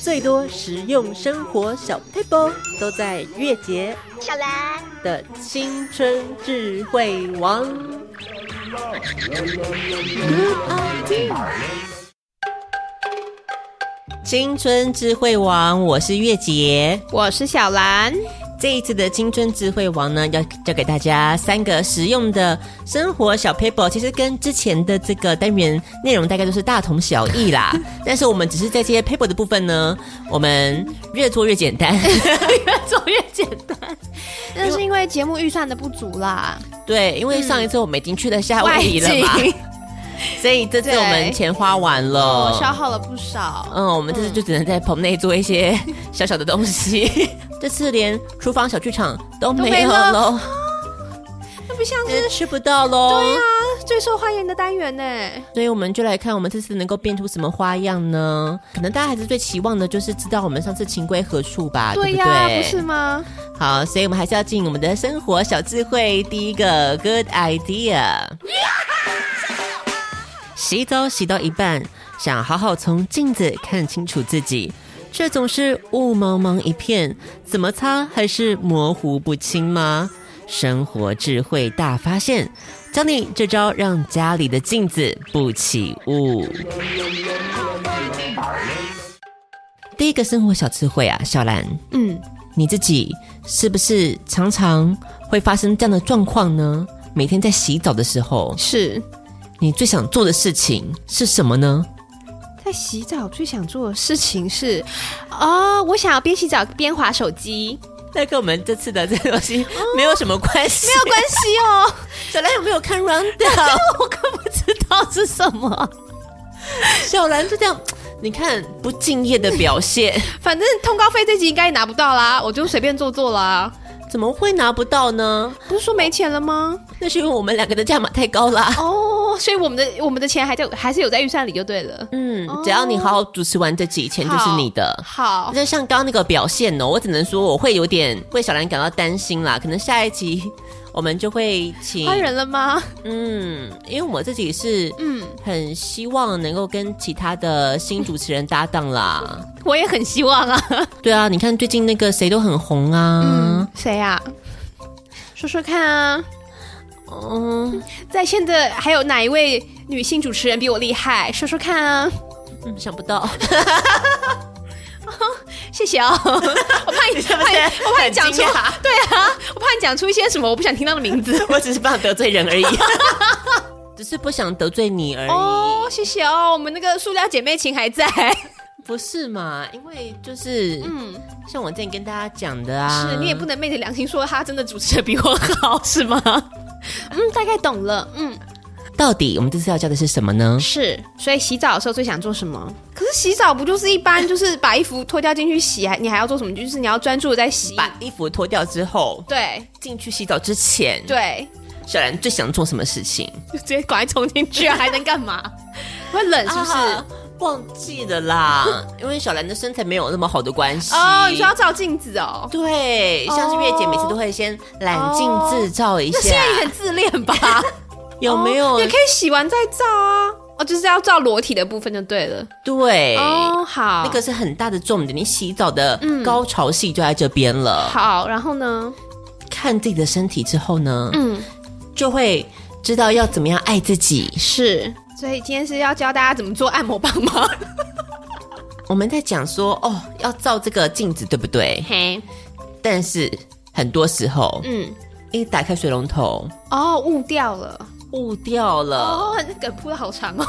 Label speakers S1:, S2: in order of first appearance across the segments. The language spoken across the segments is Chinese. S1: 最多实用生活小 paper 都在月节
S2: 小兰，
S1: 的青春智慧王。青春智慧王，我是月杰。
S2: 我是小兰。
S1: 这一次的青春智慧王呢，要教给大家三个实用的生活小 paper，其实跟之前的这个单元内容大概都是大同小异 啦。但是我们只是在这些 paper 的部分呢，我们越做越简单， 越做越简单。
S2: 那是因为节目预算的不足啦，
S1: 对，因为上一次我们已经去了夏威夷了嘛，
S2: 景
S1: 所以这次我们钱花完
S2: 我消
S1: 了。
S2: 耗了不少。
S1: 嗯，我们这次就只能在棚内做一些小小的东西。
S2: 嗯
S1: 这次连厨房小剧场都
S2: 都
S1: 没
S2: 没
S1: 有
S2: 了
S1: 喽，
S2: 那不像
S1: 真
S2: 是
S1: 的吃不到喽。
S2: 对啊，最受欢迎的单元呢。
S1: 所以我们就来看我们这次能够变出什么花样呢？可能大家还是最期望的就是知道我们上次情归何处吧，啊对
S2: 呀，
S1: 不对？
S2: 不是吗？
S1: 好，所以我们还是要进我们的生活小智慧。第一个，Good idea。洗澡洗到一半，想好好从镜子看清楚自己，却总是雾茫茫一片，怎么擦还是模糊不清吗？生活智慧大发现，教你这招让家里的镜子不起雾。第一个生活小智慧啊，小兰，
S2: 嗯，
S1: 你自己是不是常常会发生这样的状况呢？每天在洗澡的时候，
S2: 是
S1: 你最想做的事情是什么呢？
S2: 在洗澡最想做的事情是，哦，我想要边洗澡边划手机，
S1: 那跟我们这次的这个东西哦没有什么关系。
S2: 没有关系 哦。
S1: 小兰有没有看 Round？
S2: 我可不知道是什么，
S1: 小兰就这样，你看不敬业的表现，
S2: 反正通告费这集应该也拿不到啦，我就随便做做啦。
S1: 怎么会拿不到呢？
S2: 不是说没钱了吗？
S1: 那是因为我们两个的价码太高啦。
S2: 哦，所以我们的我们的钱还在，还是有在预算里就对了。
S1: 嗯，只要你好好主持完这几钱就是你的。
S2: 好，
S1: 那像刚刚那个表现哦呢、我只能说我会有点为小兰感到担心啦。可能下一集我们就会请，
S2: 换人了吗？
S1: 嗯，因为我自己是
S2: 嗯，
S1: 很希望能够跟其他的新主持人搭档 啦。
S2: 我也很希望啊。
S1: 对啊，你看最近那个谁都很红啊，
S2: 谁呀、说说看啊，
S1: 嗯
S2: 在线的还有哪一位女性主持人比我厉害？说说看啊，
S1: 嗯，想不 到，
S2: 谢谢 哦。我怕你，我怕你，我怕你讲出，
S1: 很惊
S2: 对
S1: 讶
S2: 啊，我怕你讲出一些什么我不想听到的名字。
S1: 我只是不想得罪人而已， 只是不想得罪你而已，
S2: 哦，谢谢哦，我们那个塑料姐妹情还在。
S1: 不是嘛？因为就是
S2: 嗯，
S1: 像我之前跟大家讲的啊，
S2: 是你也不能昧着良心说她真的主持的比我好，是吗？嗯，大概懂了。嗯，
S1: 到底我们这次要教的是什么呢？
S2: 是，所以洗澡的时候最想做什么？可是洗澡不就是一般就是把衣服脱掉进去洗，还你还要做什么？就是你要专注的在洗。
S1: 把衣服脱掉之后，
S2: 对
S1: 进去洗澡之前，
S2: 对，
S1: 小兰最想做什么事情？
S2: 就直接赶快冲进去啊，还能干嘛？ 会冷是不是？
S1: 啊忘记了啦， 因为小兰的身材没有那么好的关系。
S2: 哦，你说要照镜子哦？
S1: 对，像是月姐每次都会先揽镜自照一
S2: 哦那是
S1: 下
S2: 因，为你很自恋吧？哦
S1: 有没有？
S2: 也可以洗完再照啊。哦，就是要照裸体的部分就对了。
S1: 对，
S2: 哦，好，
S1: 那个是很大的重点。你洗澡的高潮戏就在这边了。
S2: 好，然后呢？
S1: 看自己的身体之后呢，
S2: 嗯，
S1: 就会知道要怎么样爱自己。
S2: 是。所以今天是要教大家怎么做按摩棒吗？
S1: 我们在讲说哦，要照这个镜子，对不对？
S2: 嘿，
S1: 但是很多时候，
S2: 嗯，
S1: 一打开水龙头，
S2: 哦，误掉了，
S1: 雾掉了。
S2: 哦，梗铺的好长哦。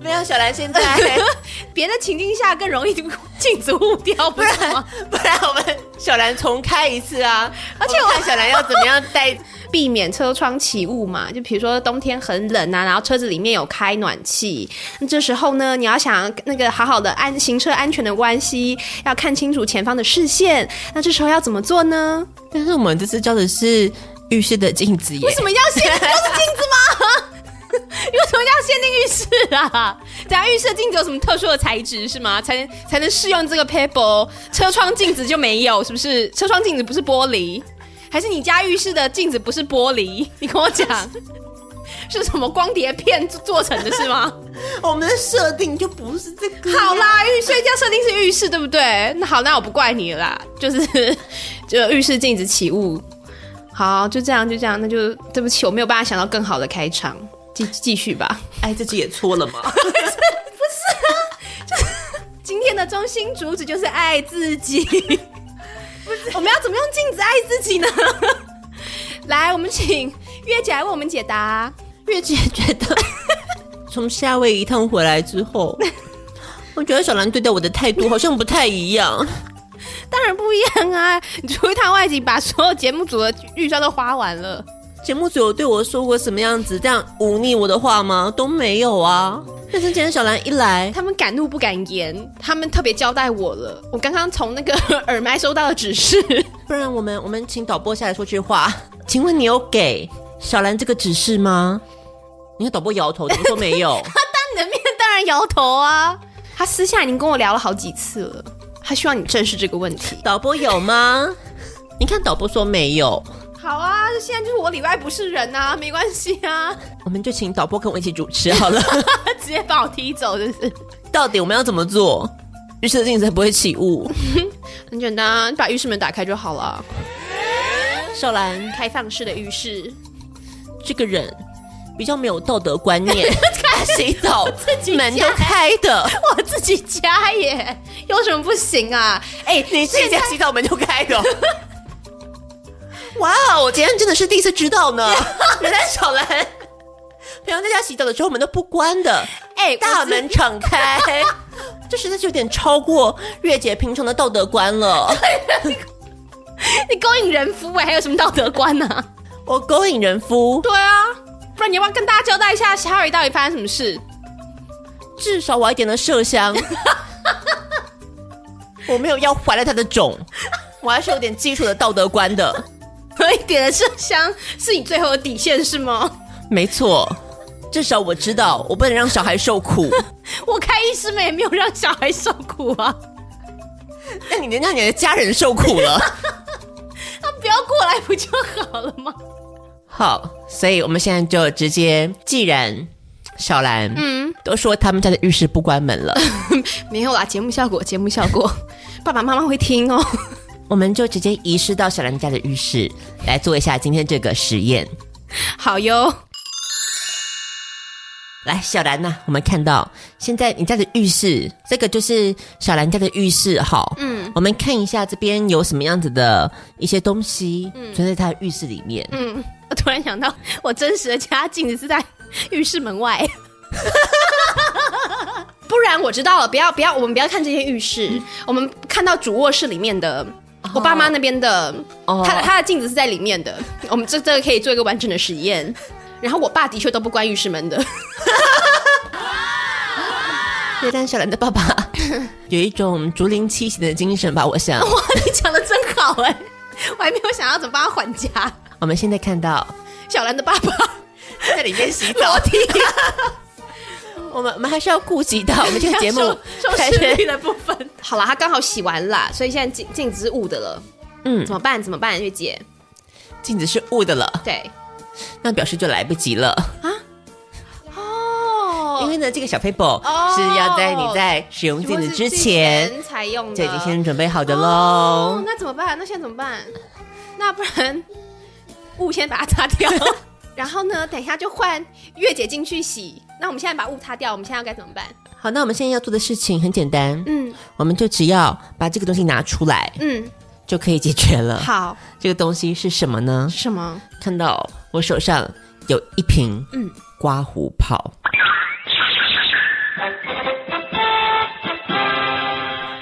S3: 没有小兰现在，
S2: 别的情境下更容易镜子误掉，不是吗？
S3: 不然我们小兰重开一次啊！而且我看小兰要怎么样带，
S2: 避免车窗起雾嘛，就比如说冬天很冷啊，然后车子里面有开暖气，那这时候呢，你要想那个好好的安行车安全的关系，要看清楚前方的视线，那这时候要怎么做呢？
S1: 但是我们这次教的是浴室的镜子耶，
S2: 为什么要限定都是镜子吗？ 你为什么要限定浴室啊？等下浴室的镜子有什么特殊的材质是吗？才能才能适用这个 paper？车哦窗镜子就没有是不是？车窗镜子不是玻璃，还是你家浴室的镜子不是玻璃？你跟我讲，是什么光碟片做做成的是吗？
S3: 我们的设定就不是这个。
S2: 好，啦，浴睡觉设定是浴室对不对？那好，那我不怪你了啦，就是 就浴室镜子起雾。好，就这样，就这样，那就对不起，我没有办法想到更好的开场，继继续吧。
S3: 哎，这集也错了嘛？
S2: 今天的中心主旨就是爱自己。我们要怎么用镜子爱自己呢？ 来，我们请月姐来为我们解答。
S1: 月姐觉得从夏威夷一趟回来之后， 我觉得小兰对待我的态度好像不太一样。
S2: 当然不一样啊！你出一趟外景，把所有节目组的预算都花完了。
S1: 节目组有对我说过什么样子这样忤逆我的话吗？都没有啊。但是今天小兰一来，
S2: 他们敢怒不敢言，他们特别交代我了。我刚刚从那个 耳麦收到的指示，
S1: 不然我们我们请导播下来说句话。请问你有给小兰这个指示吗？你看导播摇头，怎么说没有？
S2: 你的面当然摇头啊。他私下已经跟我聊了好几次了，他希望你正视这个问题。
S1: 导播有吗？ 你看导播说没有，
S2: 好啊，现在就是我里外不是人啊，没关系啊，
S1: 我们就请导播跟我一起主持好 了。
S2: 他直接把我踢走，就是
S1: 到底我们要怎么做？浴室的镜子才不会起雾。
S2: 很简单啊，你把浴室门打开就好了。
S1: 小兰
S2: 开放式的浴室，
S1: 这个人比较没有道德观念，他 洗澡
S2: 己
S1: 门都
S2: 家
S1: 开 的，
S2: 我自己家耶，有什么不行啊？哎、
S3: 你自己家洗澡门就开 的哦。哇哦，我今天真的是第一次知道 呢。原来小兰
S1: 平常在家洗澡的时候门都不关的，
S2: 哎、
S1: 大门敞 开，这实在是有点超过月姐平常的道德观 了。
S2: 你勾引人夫哎、还有什么道德观呢、
S1: 我勾引人夫，
S2: 对啊，不然你要不要跟大家交代一下夏瑞到底发生什么事？
S1: 至少我还点了麝香， 我没有要怀了他的种，我还是有点基础的道德观的。
S2: 可以点的麝香是你最后的底线是吗？
S1: 没错，至少我知道我不能让小孩受 苦。
S2: 我开医师门也没有让小孩受苦啊，
S1: 那你能让你的家人受苦了。
S2: 他不要过来不就好了吗？
S1: 好，所以我们现在就直接，既然小兰嗯都说他们家的浴室不关 门了，
S2: 没有啦，节目效果，节目效果，爸爸妈妈会听哦。
S1: 我们就直接移师到小兰家的浴室来做一下今天这个实验。
S2: 好哟，
S1: 来，小兰呐、我们看到现在你家的浴室，这个就是小兰家的浴室哈。嗯，我们看一下这边有什么样子的一些东西存在她的浴室里面。
S2: 嗯，我突然想到，我真实的家镜子是在浴室门外。 不然我知道了，不要不要，我们不要看这些浴室，我们看到主卧室里面的。我爸妈那边的，
S1: 哦
S2: 他他的镜子是在里面的，我们这这个可以做一个完整的实验。然后我爸的确都不关浴室门的，
S1: 对，但小兰的爸爸 有一种竹林七贤的精神吧，我 想。
S2: 哇，你讲的真好哎、我还没有想到怎么帮他还家。
S1: 我们现在看到
S2: 小兰的爸爸啊
S3: 在里面洗澡，
S1: 我们我们还是要顾及 到我们这个节目
S2: 收
S1: 还
S2: 收视率
S1: 是
S2: 的部分。 好了，他刚好洗完啦，所以现在镜镜子是雾的了。
S1: 嗯
S2: 怎么办？怎么办，月姐？
S1: 镜子是雾的了，
S2: 对，
S1: 那表示就来不及了。
S2: 哦
S1: 因为呢，这个小 paper
S2: 哦
S1: 是要在你在使用镜子之前
S2: 才用的，
S1: 就已经先准备好的喽。
S2: 哦。那怎么办？那现在怎么办？那不然雾先把它擦 掉，然后呢，等一下就换月姐进去洗。那我们现在把雾擦掉，我们现在要该怎么办？
S1: 好，那我们现在要做的事情很简单，
S2: 嗯
S1: 我们就只要把这个东西拿出来
S2: 嗯，
S1: 就可以解决了。
S2: 好，
S1: 这个东西是什么呢？
S2: 什么？
S1: 看到我手上有一瓶
S2: 嗯
S1: 刮胡泡。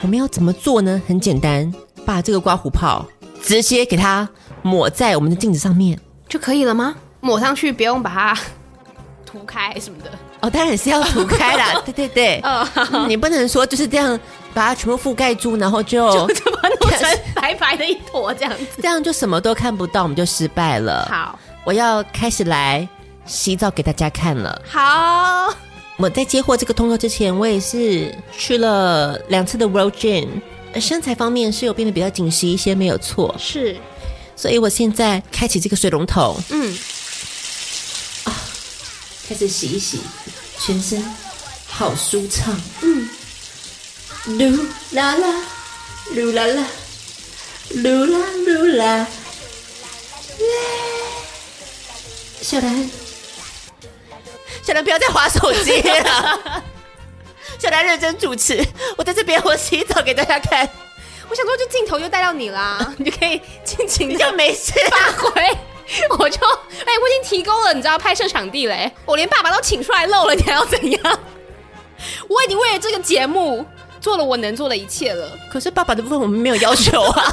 S1: 我们要怎么做呢？很简单，把这个刮胡泡直接给它抹在我们的镜子上面。
S2: 就可以了吗？抹上去不用把它 涂开什么的。
S1: 哦，当然是要涂开 啦，对对对，
S2: 呃，
S1: 嗯你不能说就是这样把它全部覆盖住，然后 就
S2: 就把它弄成白白的一坨这样子。
S1: 这样就什么都看不到，我们就失败了。
S2: 好，
S1: 我要开始来洗澡给大家看了。
S2: 好，
S1: 我在接获这个通告之前，我也是去了两次的 World Gym，呃身材方面是有变得比较紧实一些，没有错。
S2: 是，
S1: 所以我现在开启这个水龙头，啊
S2: 嗯，
S1: 开始洗一洗，全身好舒畅。嗯，噜啦啦，噜啦啦，噜啦噜啦，耶！小兰，
S3: 小兰不要再划手机了，小兰认真主持，我在这边我洗澡给大家看，
S2: 我想说，就镜头就带到你 啦，你就可以尽情
S3: 你
S2: 的
S3: 就没事。
S2: 发挥。 我就哎、我已经提供了，你知道拍摄场地嘞、我连爸爸都请出来露了，你还要怎样？ 我已经为了这个节目做了我能做的一切了，
S1: 可是爸爸的部分我们没有要求啊。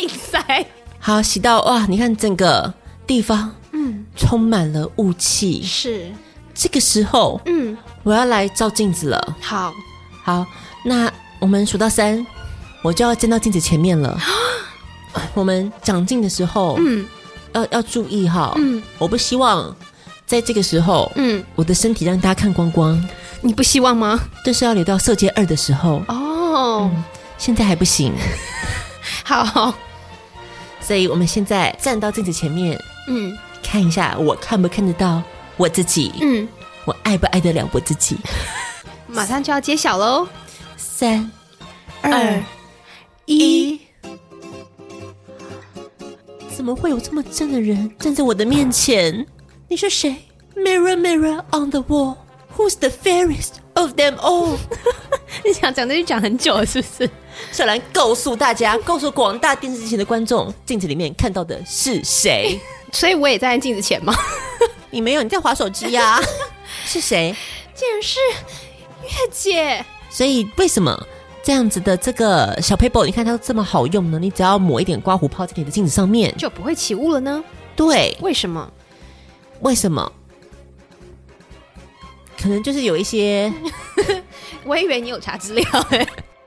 S2: 硬塞。
S1: 好，洗到哇，你看整个地方，嗯，充满了雾气。
S2: 是，
S1: 这个时候，
S2: 嗯，
S1: 我要来照镜子了。
S2: 好，
S1: 好，那我们数到三，我就要站到镜子前面 了。我们长进的时候，
S2: 嗯
S1: 要要注意哈，
S2: 嗯
S1: 我不希望在这个时候，
S2: 嗯，
S1: 我的身体让大家看光光，
S2: 你不希望吗？
S1: 这是要留到色阶二的时候，
S2: 哦，
S1: 现在还不行，
S2: 好，
S1: 所以我们现在站到镜子前面，
S2: 嗯
S1: 看一下我看不看得到我自己，
S2: 嗯，
S1: 我爱不爱得了我自己。
S2: 马上就要揭晓喽，
S1: 三，
S2: 二
S1: 一，怎么会有这么正的人站在我的面前？你是谁？Mirror, mirror on the wall, who's the fairest of them all？
S2: 你想讲这句讲很久了，是不是？
S1: 小兰告诉大家，告诉广大电视机前的观众，镜子里面看到的是谁？
S2: 所以我也站在镜子前吗？
S1: 你没有，你在划手机 呀、是谁？
S2: 竟然是月姐，
S1: 所以为什么这样子的这个小 paper，你看它这么好用呢？你只要抹一点刮胡泡在你的镜子上面，
S2: 就不会起雾了呢？
S1: 对，
S2: 为什么？
S1: 为什么？可能就是有一些
S2: 我以为你有查资料哎。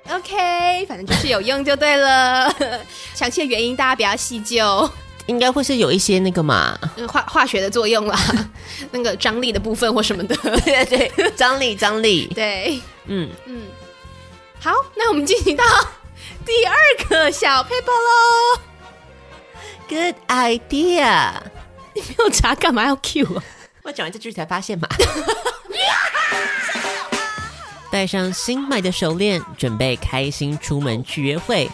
S2: OK，反正就是有用就对了。 详细的原因大家不要细究，
S1: 应该会是有一些那个嘛，
S2: 嗯化化学的作用啦， 那个张力的部分或什么的。
S1: 对对对，张力张力，
S2: 对，
S1: 嗯，
S2: 嗯，好，那我们进行到第二个小 paper 喽。
S1: ，good idea。
S2: 没有查干嘛要 Q 啊？
S1: 我讲完这句才发现嘛。 戴上新买的手链，准备开心出门去约会，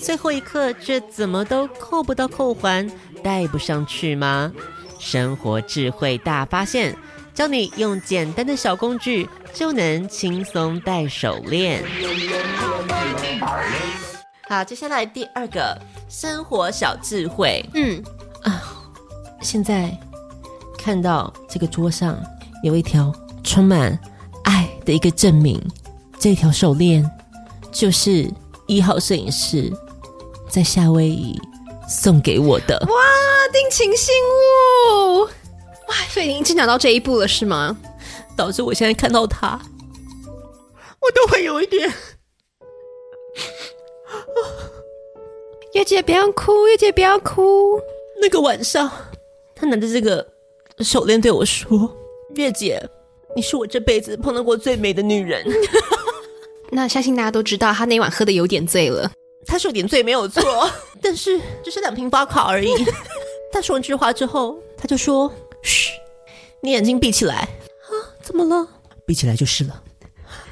S1: 最后一刻却怎么都扣不到扣环，戴不上去吗？生活智慧大发现，教你用简单的小工具就能轻松戴手链。好，接下来第二个生活小智慧，啊
S2: 嗯，
S1: 现在看到这个桌上有一条充满爱的一个证明，这条手链就是一号摄影师在夏威夷送给我的。
S2: 哇，定情信物！哇，所以已经讲到这一步了是吗？
S1: 导致我现在看到它，我都会有一点
S2: 月姐不要哭，月姐不要哭。
S1: 那个晚上，他拿着这个手链对我说：“月姐，你是我这辈子碰到过最美的女人。”
S2: 那相信大家都知道，他那晚喝的有点醉了。
S1: 他是有点醉没 有错，但是就是两瓶八卡而 已。他说完这句话之后，他就说：“嘘，你眼睛闭起来啊，怎么了？闭起来就是了。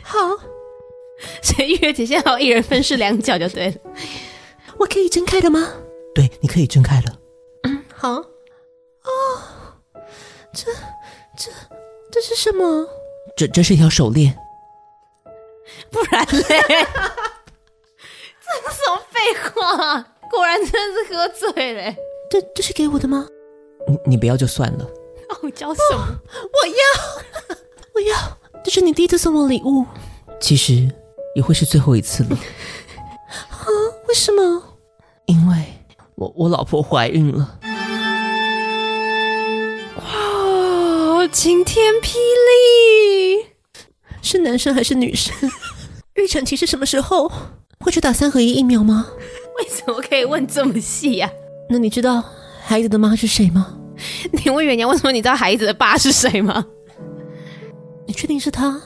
S1: 好，
S2: 所以月姐现在要一人分饰两角就对了。
S1: 我可以睁开的吗？
S4: 对，你可以睁开了。
S1: 好，哦，这这这是什么？
S4: 这这是一条手链，
S2: 不然嘞，这是什么废话、啊？果然真的是喝醉嘞！
S1: 这这是给我的吗？
S5: 你你不要就算了。
S2: 傲娇哦什么？
S3: 我要
S5: 不要，
S1: 这是你第一次送我礼物，
S5: 其实也会是最后一次 了，
S1: 啊为什么？
S5: 因为我我老婆怀孕了。
S2: 哦，晴天霹雳！
S1: 是男生还是女生？ 妊娠期是什么时候？会去打三合一疫苗吗？
S2: 为什么可以问这么细啊呀、
S1: 那你知道孩子的妈是谁吗？
S2: 你问袁娘为什么你知道孩子的爸是谁吗？
S1: 你确定是他，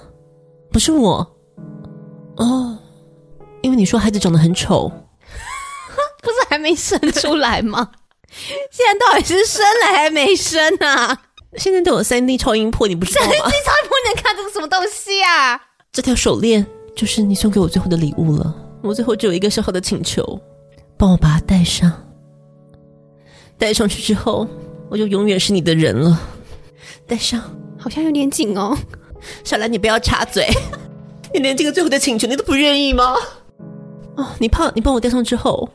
S1: 不是我？哦，因为你说孩子长得很丑，
S2: 不是还没生出来吗？ 现在到底是生了还没生啊？
S1: 现在都有三 D 超音波，你不知道吗？
S2: 你超不能看这个什么东西啊？
S1: 这条手链就是你送给我最后的礼物了。我最后只有一个小小的请求，帮我把它戴上。戴上去之后，我就永远是你的人了。戴上，
S2: 好像有点紧哦。
S1: 小兰，你不要插嘴，你连这个最后的请求你都不愿意吗？哦，你怕你帮我戴上之后，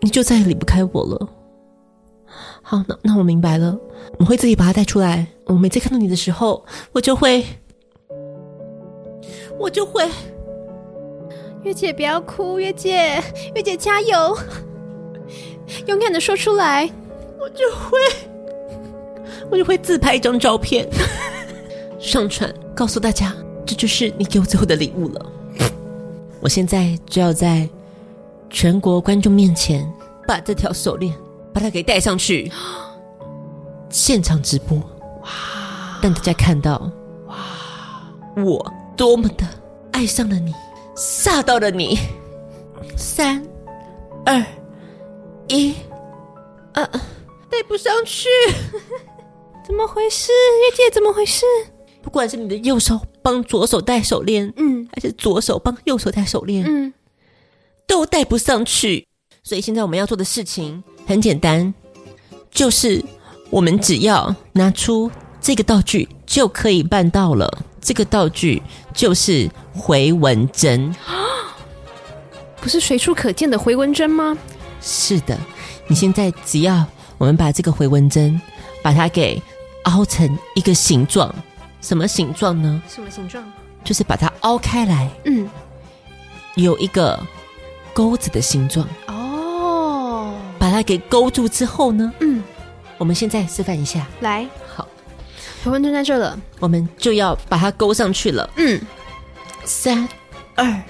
S1: 你就再也离不开我了。好，那那我明白了，我会自己把它带出来。我每次看到你的时候，我就会，我就会。
S2: 月姐不要哭，月姐，月姐加 油，勇敢的说出来。
S1: 我就会，我就会自拍一张照片，上传告诉大家，这就是你给我最后的礼物了。我现在就要在全国观众面前把这条手链把它给戴上去，现场直播，哇！让大家看到，哇！我多么的爱上了你，吓到了你。三、二、一。呃戴不上去。
S2: 怎么回事？月姐怎么回事？
S1: 不管是你的右手帮左手戴手链，
S2: 嗯
S1: 还是左手帮右手戴手链，
S2: 嗯，
S1: 都戴不上去。所以现在我们要做的事情很简单，就是我们只要拿出这个道具就可以办到了。这个道具就是回纹针。
S2: 不是随处可见的回纹针吗？
S1: 是的，你现在只要我们把这个回纹针，把它给凹成一个形状，什么形状呢？
S2: 什么形状？
S1: 就是把它凹开来，
S2: 嗯，
S1: 有一个钩子的形状，
S2: 哦，
S1: 把它给勾住之后呢，
S2: 嗯，
S1: 我们现在示范一下，
S2: 来，
S1: 好，
S2: 回纹针在这了。
S1: 我们就要把它勾上去了。
S2: 嗯，
S1: 三、二、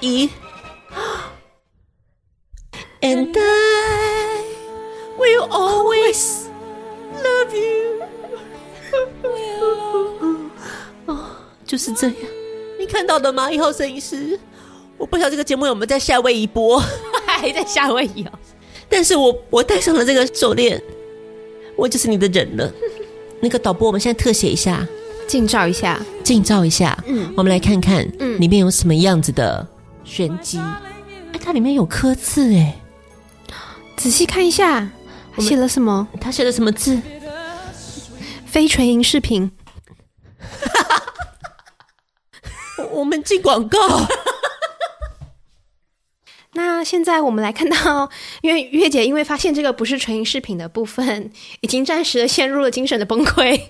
S1: 一，And I will always love you 哦，就是这样，你看到了吗？一号摄影师，我不晓得这个节目有没有在夏威夷播。
S2: 还在夏威夷哦。
S1: 但是我我戴上了这个手链，我就是你的人了。那个导播，我们现在特写一下，
S2: 近照一下，
S1: 近照一下，
S2: 嗯
S1: 我们来看看，
S2: 嗯
S1: 里面有什么样子的玄机。哎，它里面有刻字，哎，
S2: 仔细看一下，
S1: 我们
S2: 写了什么？
S1: 它写的什么字？
S2: 非垂银饰品。
S1: 我我们进广告，
S2: 那现在我们来看到，因为月姐因为发现这个不是纯银饰品的部分，已经暂时的陷入了精神的崩 溃。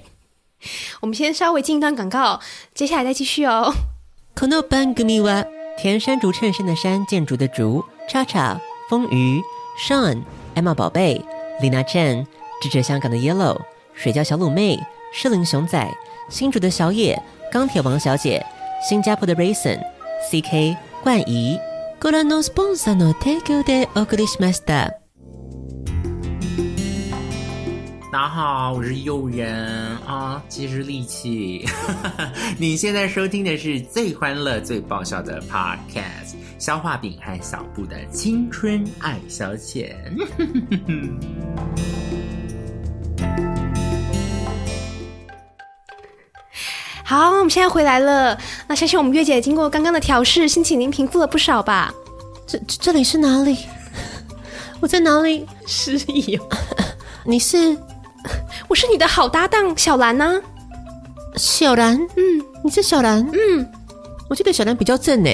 S2: 我们先稍微进一段广告，接下来再继续哦。
S1: 可诺班格米瓦，田山竹衬衫的山，建筑的竹，叉叉，风鱼，Sean，艾玛宝贝，Lina Chen，支持香港的 Yellow，水饺小卤妹，狮林熊仔，新竹的小野，钢铁王小姐，新加坡的 Raisin，CK，冠仪。ご覧のスポンサーの提供でお送りしました。
S6: 大家好，我是诱人啊，其实力气。 你现在收听的是最欢乐、最爆笑的 Podcast《消化饼和小布的青春爱消遣》。
S2: 好，我们现在回来了。那相信我们月姐经过刚刚的调试，心情已经平复了不少吧？
S1: 这这这里是哪里？ 我在哪里？
S2: 失忆哦，
S1: 你是
S2: 我是你的好搭档小兰啊呐、
S1: 小兰？嗯，你是小兰？嗯，我记得小兰比较正 呢。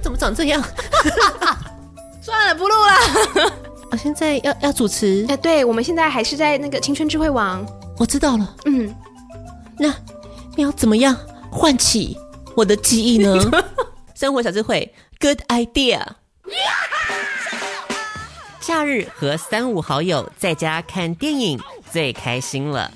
S1: 怎么长这样？啊
S2: 算了，不录了。
S7: 啊，现在要要主持
S2: 哎、，对，我们现在还是在那个青春智慧网。
S7: 我知道了。
S2: 嗯，
S7: 那你要怎么样唤起我的记忆呢？
S8: 生活小智慧，Good idea。
S7: 假日和三五好友在家看电影最开心了。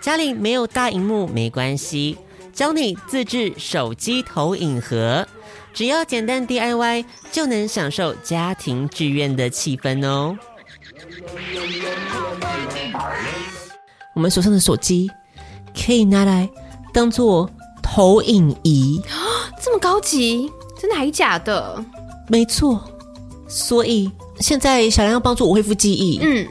S7: 家里没有大荧幕没关系，教你自制手机投影盒，只要简单 DIY 就能享受家庭剧院的气氛哦。
S1: 我们手上的手机可以拿来当做投影仪，
S2: 这么高级，真的还假的？
S1: 没错。所以现在小兰要帮助我恢复记忆，
S2: 嗯，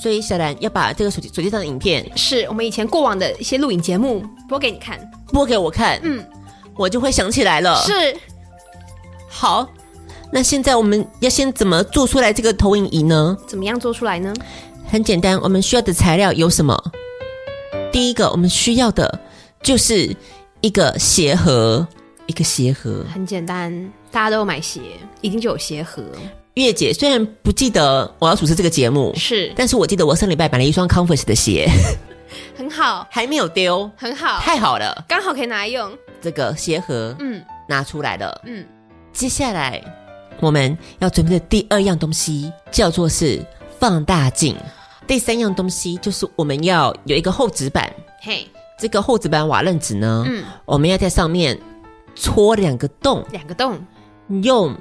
S1: 所以小兰要把这个手机手机上的影片
S2: 是我们以前过往的一些录影节目播给你看。
S1: 播给我看，
S2: 嗯，
S1: 我就会想起来了。
S2: 是，
S1: 好，那现在我们要先怎么做出来这个投影仪呢？
S2: 怎么样做出来呢？
S1: 很简单，我们需要的材料有什么？第一个，我们需要的就是一个鞋盒，一个鞋盒。
S2: 很简单，大家都有买鞋，一定就有鞋盒。
S1: 月姐虽然不记得我要主持这个节目，
S2: 是，
S1: 但是我记得我上礼拜买了一双 Converse 的鞋，
S2: 很好，
S1: 还没有丢，
S2: 很嗯好，
S1: 太好了！
S2: 刚好可以拿来用。
S1: 这个鞋盒
S2: 嗯
S1: 拿出来了。
S2: 嗯，
S1: 接下来我们要准备的第二样东西叫做是放大镜，第三样东西就是我们要有一个厚纸板，
S2: 嘿，
S1: 这个厚纸板瓦楞纸呢，
S2: 嗯，
S1: 我们要在上面戳两个洞，
S2: 两个洞，
S1: 用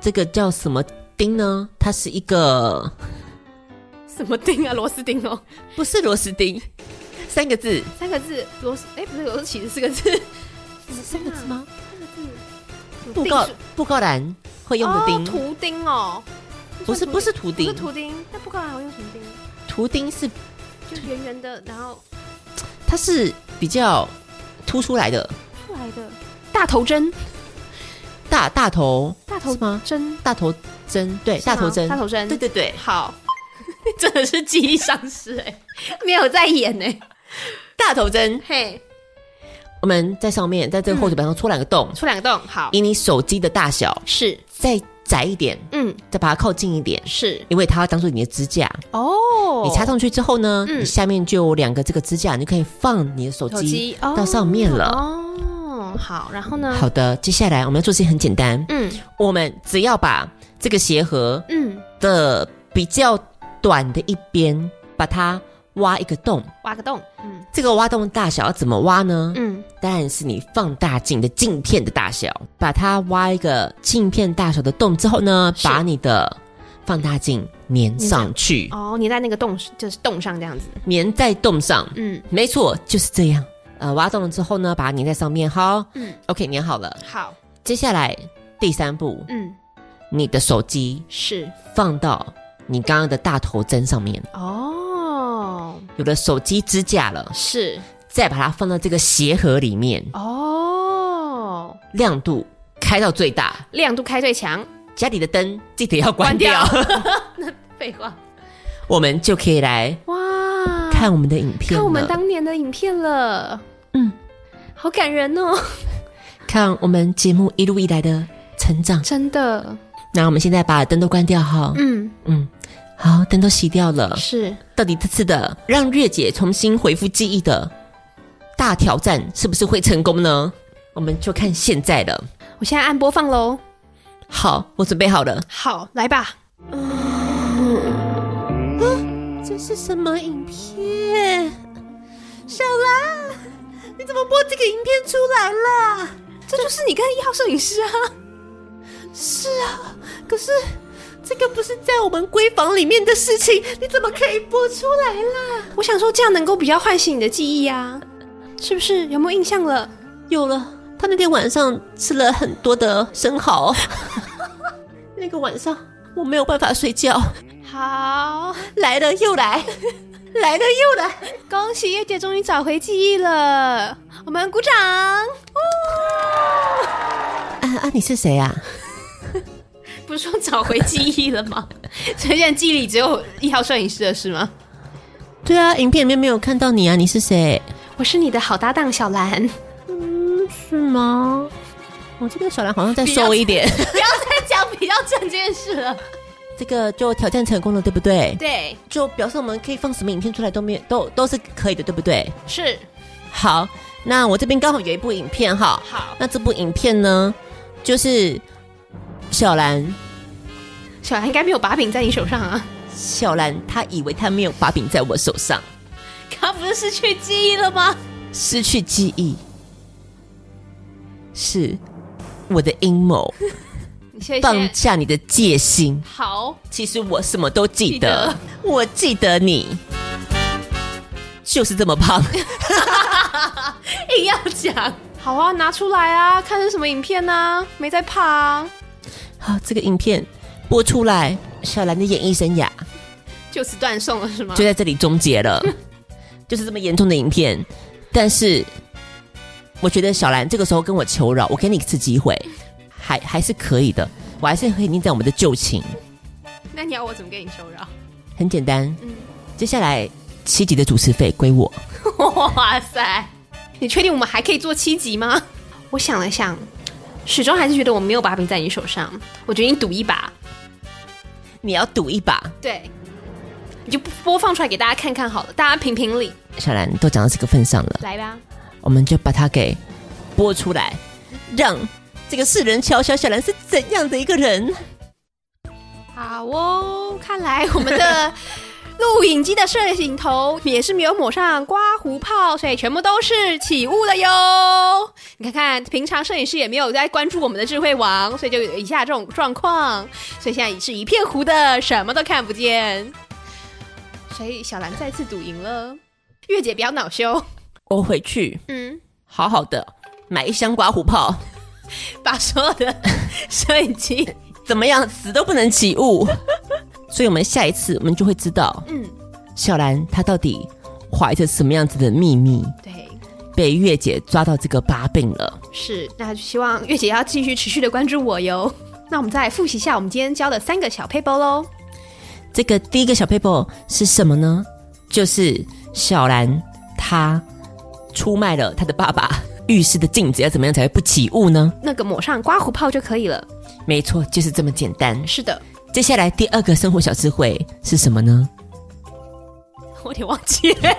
S1: 这个叫什么钉呢？它是一个
S2: 什么钉啊？螺丝钉哦，
S1: 不是螺丝钉，三个字，
S2: 三个字螺丝，哎，不是螺丝起子四个字，
S1: 三个字吗？
S2: 布
S1: 布告布告栏会用的钉，
S2: 图钉哦，
S1: 不是不是图
S2: 不是
S1: 钉，
S2: 图钉，那布告栏我用什么钉？
S1: 图钉是
S2: 就圆圆的，然后
S1: 它是比较凸出来的，
S2: 出来的大头针，
S1: 大大头
S2: 大头
S1: 是吗？
S2: 针，
S1: 大头针，对，
S2: 是吗
S1: 大头针，
S2: 大头针，
S1: 对对对，
S2: 好，真的是记忆丧失哎， 没有在演哎，
S1: 欸大头针。
S2: 嘿，
S1: 我们在上面，在这个厚纸板上戳两个洞，
S2: 出两个洞，好，
S1: 以你手机的大小
S2: 嗯是，
S1: 再窄一点，
S2: 嗯，
S1: 再把它靠近一点，
S2: 是，
S1: 因为它要当做你的支架。
S2: 哦
S1: 你插上去之后呢，
S2: 嗯
S1: 你下面就有两个这个支架，你就可以放你的手
S2: 手
S1: 机
S2: 机哦
S1: 到上面了。
S2: 哦，好，然后呢？
S1: 好的，接下来我们要做的事情很简单，
S2: 嗯
S1: 我们只要把这个鞋盒
S2: 嗯，
S1: 的比较短的一边，把它挖一个洞。
S2: 挖个洞，嗯
S1: 这个挖洞的大小要怎么挖呢？
S2: 嗯，
S1: 当然是你放大镜的镜片的大小，把它挖一个镜片大小的洞之后呢，
S2: 是
S1: 把你的放大镜粘上去，
S2: 哦，你在那个洞就是洞上这样子，
S1: 粘在洞上。
S2: 嗯，
S1: 没错，就是这样。呃，挖洞了之后呢，把它粘在上面。好，
S2: 嗯
S1: 嗯，OK，粘好了。
S2: 好，
S1: 接下来第三步，
S2: 嗯，
S1: 你的手机
S2: 是，
S1: 放到你刚刚的大头针上面，
S2: 哦，
S1: 有了手机支架了，
S2: 是，
S1: 再把它放到这个鞋盒里面，
S2: 哦，
S1: 亮度开到最大，
S2: 亮度开最强，
S1: 家里的灯记得要关掉，
S2: 废话，
S1: 我们就可以来
S2: 哇，
S1: 看我们的影片
S2: 看
S1: 了
S2: 我们当年的影片了，嗯，好感人哦，
S1: 看我们节目一路以来的成长。
S2: 真的，
S1: 那我们现在把灯都关掉哈，
S2: 嗯，
S1: 嗯，好，灯都熄掉了。
S2: 是，
S1: 到底这次的让月姐重新恢复记忆的大挑战是不是会成功呢？我们就看现在了。
S2: 我现在按播放喽，
S1: 好，我准备好了。
S2: 好，来吧，
S1: 嗯这是什么影片？小兰，你怎么播这个影片出来啦？
S2: 这就是你跟一号摄影师啊，
S1: 是啊，可是这个不是在我们闺房里面的事情，你怎么可以播出来啦？
S2: 我想说这样能够比较唤醒你的记忆啊，是不是？有没有印象了？
S1: 有了，他那天晚上吃了很多的生蚝，那个晚上我没有办法睡觉，
S2: 好，
S1: 来了又 来，来了又来。
S2: 恭喜月姐终于找回记忆了，我们鼓掌。
S1: 啊啊！你是谁啊？
S2: 不是说找回记忆了吗？所 以现在记忆里只有一号摄影师的是吗？
S1: 对啊，影片里面没有看到你啊，你是谁？
S2: 我是你的好搭档小兰，
S1: 是哦吗？我记得小兰好像再瘦一点，
S2: 不要再讲比较正这件事了。
S1: 这个就挑战成功了，对不对？
S2: 对，
S1: 就表示我们可以放什么影片出来都没有，都都是可以的，对不对？
S2: 是
S1: 好，那我这边刚好有一部影片哈，
S2: 好。
S1: 那这部影片呢，就是小兰，
S2: 小兰应该没有把柄在你手上啊，
S1: 小兰她以为她没有把柄在我手上，
S2: 他不是失去记忆了吗？
S1: 失去记忆是我的阴谋，
S2: 你 谢
S1: 放
S2: 谢。
S1: 下你的戒心。
S2: 好，
S1: 其实我什么都记
S2: 记得
S1: 得，我记得你就是这么胖。
S2: 硬要讲。好啊，拿出来啊，看是什么影片呢、啊？没在怕啊，
S1: 好，这个影片播出来，小兰的演艺生涯
S2: 就此断送了是吗？
S1: 就在这里终结了，就是这么严重的影片。但是，我觉得小兰这个时候跟我求饶，我给你一次机会，还还是可以的，我还是可以念在我们的旧情。
S2: 那你要我怎么跟你求饶？
S1: 很简单，接下来七集的主持费归我。
S2: 哇塞，你确定我们还可以做七集吗？我想了想，始终还是觉得我没有把柄在你手上，我决定赌一把。
S1: 你要赌一把，
S2: 对，你就播放出来给大家看看好了，大家评评理，
S1: 小兰都讲到这个份上了，
S2: 来吧。
S1: 我们就把它给播出来，让这个世人瞧瞧小兰是怎样的一个人。
S2: 好哦，看来我们的录影机的摄影头也是没有抹上刮胡泡，所以全部都是起雾的哟。你看看，平常摄影师也没有在关注我们的智慧王，所以就有以下这种状况。所以现在是一片糊的，什么都看不见。所以小兰再次赌赢了，月姐不要恼羞。
S1: 我回去
S2: 嗯，
S1: 好好的买一箱刮胡泡，
S2: 把所有的摄影机，
S1: 怎么样，死都不能起雾。所以我们下一次我们就会知道
S2: 嗯，
S1: 小兰她到底怀着什么样子的秘密
S2: 对，
S1: 被月姐抓到这个把柄了。
S2: 是，那就希望月姐要继续持续的关注我哟。 那我们再来复习一下我们今天教的三个小 paper 喽。
S1: 这个第一个小 paper 是什么呢？就是小兰她出卖了她的爸爸浴室的镜子，要怎么样才会不起雾呢？
S2: 那个抹上刮胡泡就可以了。
S1: 没错，就是这么简单。
S2: 是的，
S1: 接下来第二个生活小智慧是什么呢？
S2: 我有点忘记 了。第二个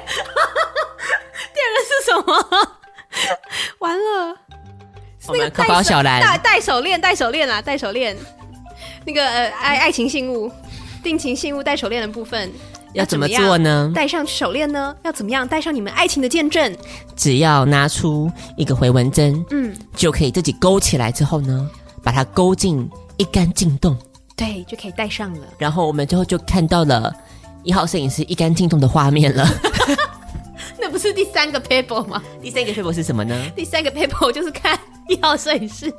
S2: 是什么？ 完了，
S1: 我们可宝小
S2: 戴
S1: 兰
S2: 戴手链，戴手链啦，啊戴手链。那个呃，爱爱情信物、定情信物戴手链的部分
S1: 要怎么
S2: 样
S1: 做？呢？
S2: 戴上手链呢？要怎么样？戴上你们爱情的见证。
S1: 只要拿出一个回纹针，
S2: 嗯，
S1: 就可以自己勾起来之后呢，把它勾进一杆进洞，
S2: 对，就可以戴上了。
S1: 然后我们最后就看到了一号摄影师一杆进洞的画面了。
S2: 那不是第三个 paper 吗？
S1: 第三个 paper 是什么呢？
S2: 第三个 paper 就是看 一号摄影师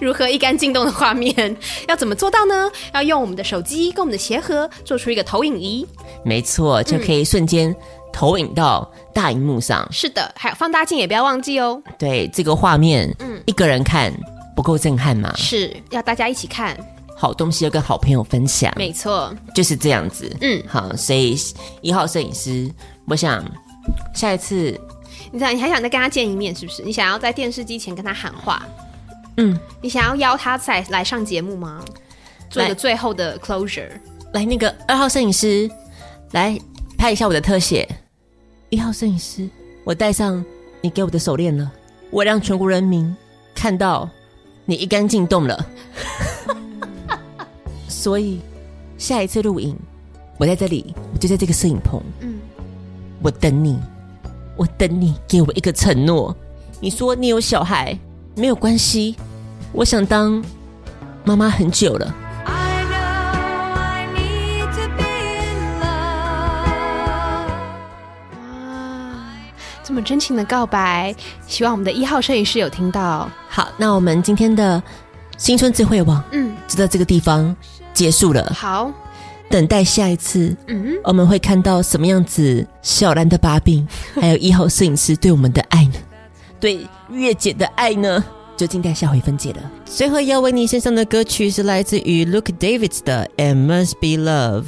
S2: 如何一杆进洞的画面， 要怎么做到呢？要用我们的手机跟我们的鞋盒做出一个投影仪。
S1: 没错，就可以瞬间投影到大荧幕上。
S2: 是的，还有放大镜也不要忘记哦，
S1: 对这个画面，一个人看不够震撼嘛？
S2: 是要大家一起看，
S1: 好东西要跟好朋友分享，
S2: 没错。
S1: 就是这样子。
S2: 嗯，
S1: 好，所以一号摄影师，我想下一次，
S2: 你想，你还想再跟他见一面是不是？你想要在电视机前跟他喊话？嗯，你想要邀他再来上节目吗？做一
S1: 来
S2: 个最后的 closure。
S1: 来那个二号摄影师来拍一下我的特写。一号摄影师，我戴上你给我的手链了，我让全国人民看到你一杆进洞了。所以下一次录影，我在这里，我就在这个摄影棚，
S2: 嗯，
S1: 我等你，我等你给我一个承诺。你说你有小孩，没有关系，我想当妈妈很久了。
S2: 这么真情的告白，希望我们的一号摄影师有听到。
S1: 好，那我们今天的新春智慧网
S2: 嗯，
S1: 就到这个地方结束了。
S2: 好，
S1: 等待下一次，
S2: 嗯，
S1: 我们会看到什么样子小兰的把 柄，还有一号摄影师对我们的爱呢？对月姐的爱呢？就静待下回分解了。
S9: 最后要为你献上的歌曲是来自于 Luke Davids 的《It Must Be Love》。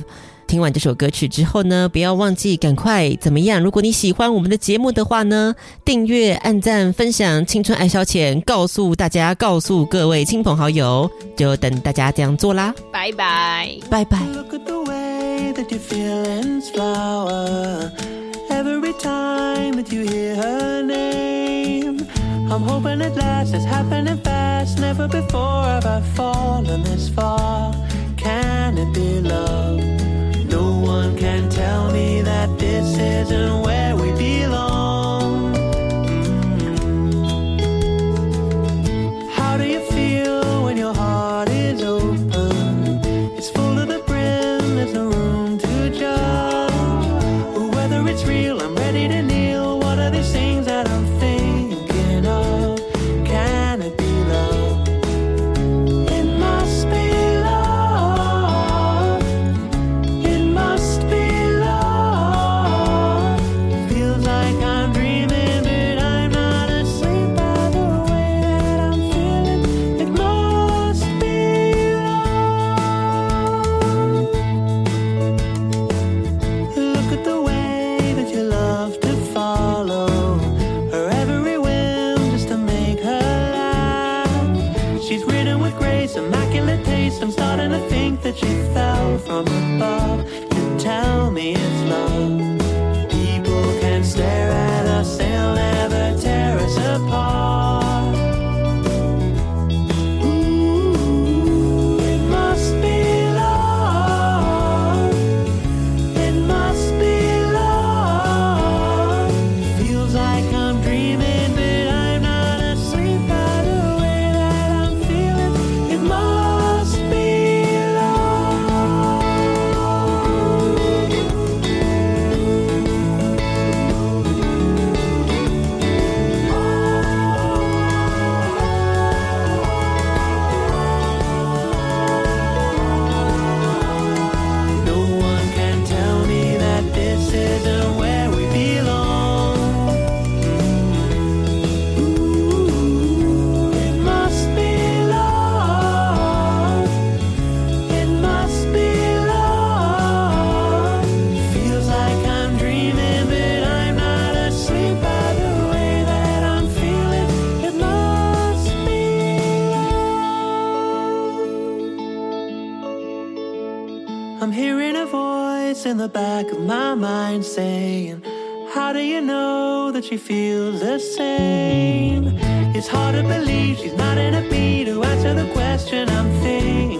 S1: 听完这首歌曲之后呢，不要忘记赶快怎么样？如果你喜欢我们的节目的话呢，订阅、按赞、分享《青春爱消遣》，告诉大家，告诉各位亲朋好友，就等大家这样做啦，
S2: 拜拜。
S1: 拜拜。
S10: Look at the way that your feelings flower every time that you hear her name. I'm hoping at last it's happening fast. Never before have I fallen this far. Can it be love? No one can tell me that this isn't where we belong. How do you feel when your heart is open? It's full to the brim, there's no room to judge. Whether it's real, I'm ready to kneel. What are these things that I'm thinking of? Can it be love? It must be love. It must be love. Feels like I'm dreaming, but I'm not asleep by the way that I'm feeling. It must be love. Look at the way that you love to follow her every whim just to make her laugh. She's written with grace, immaculate taste. I'm starting to think that she fell from above. You tell me it's love. People can stare at us, they'll never tear us apart. Ooh, it must be love. It must be love. Feels like I'm dreaming, but I'm not asleep by the way that I'm feeling. It must be love. No one can tell me that this isn't where we belong. Ooh, it must be love. It must be love. Feels like I'm dreaming, but I'm not asleep by the way that I'm feeling. It must be love. I'm hearing a voice in the back of my mind saying, How do you know that she feels the same? It's hard to believe she's not in a beat to answer the question I'm thinking Mm-hmm.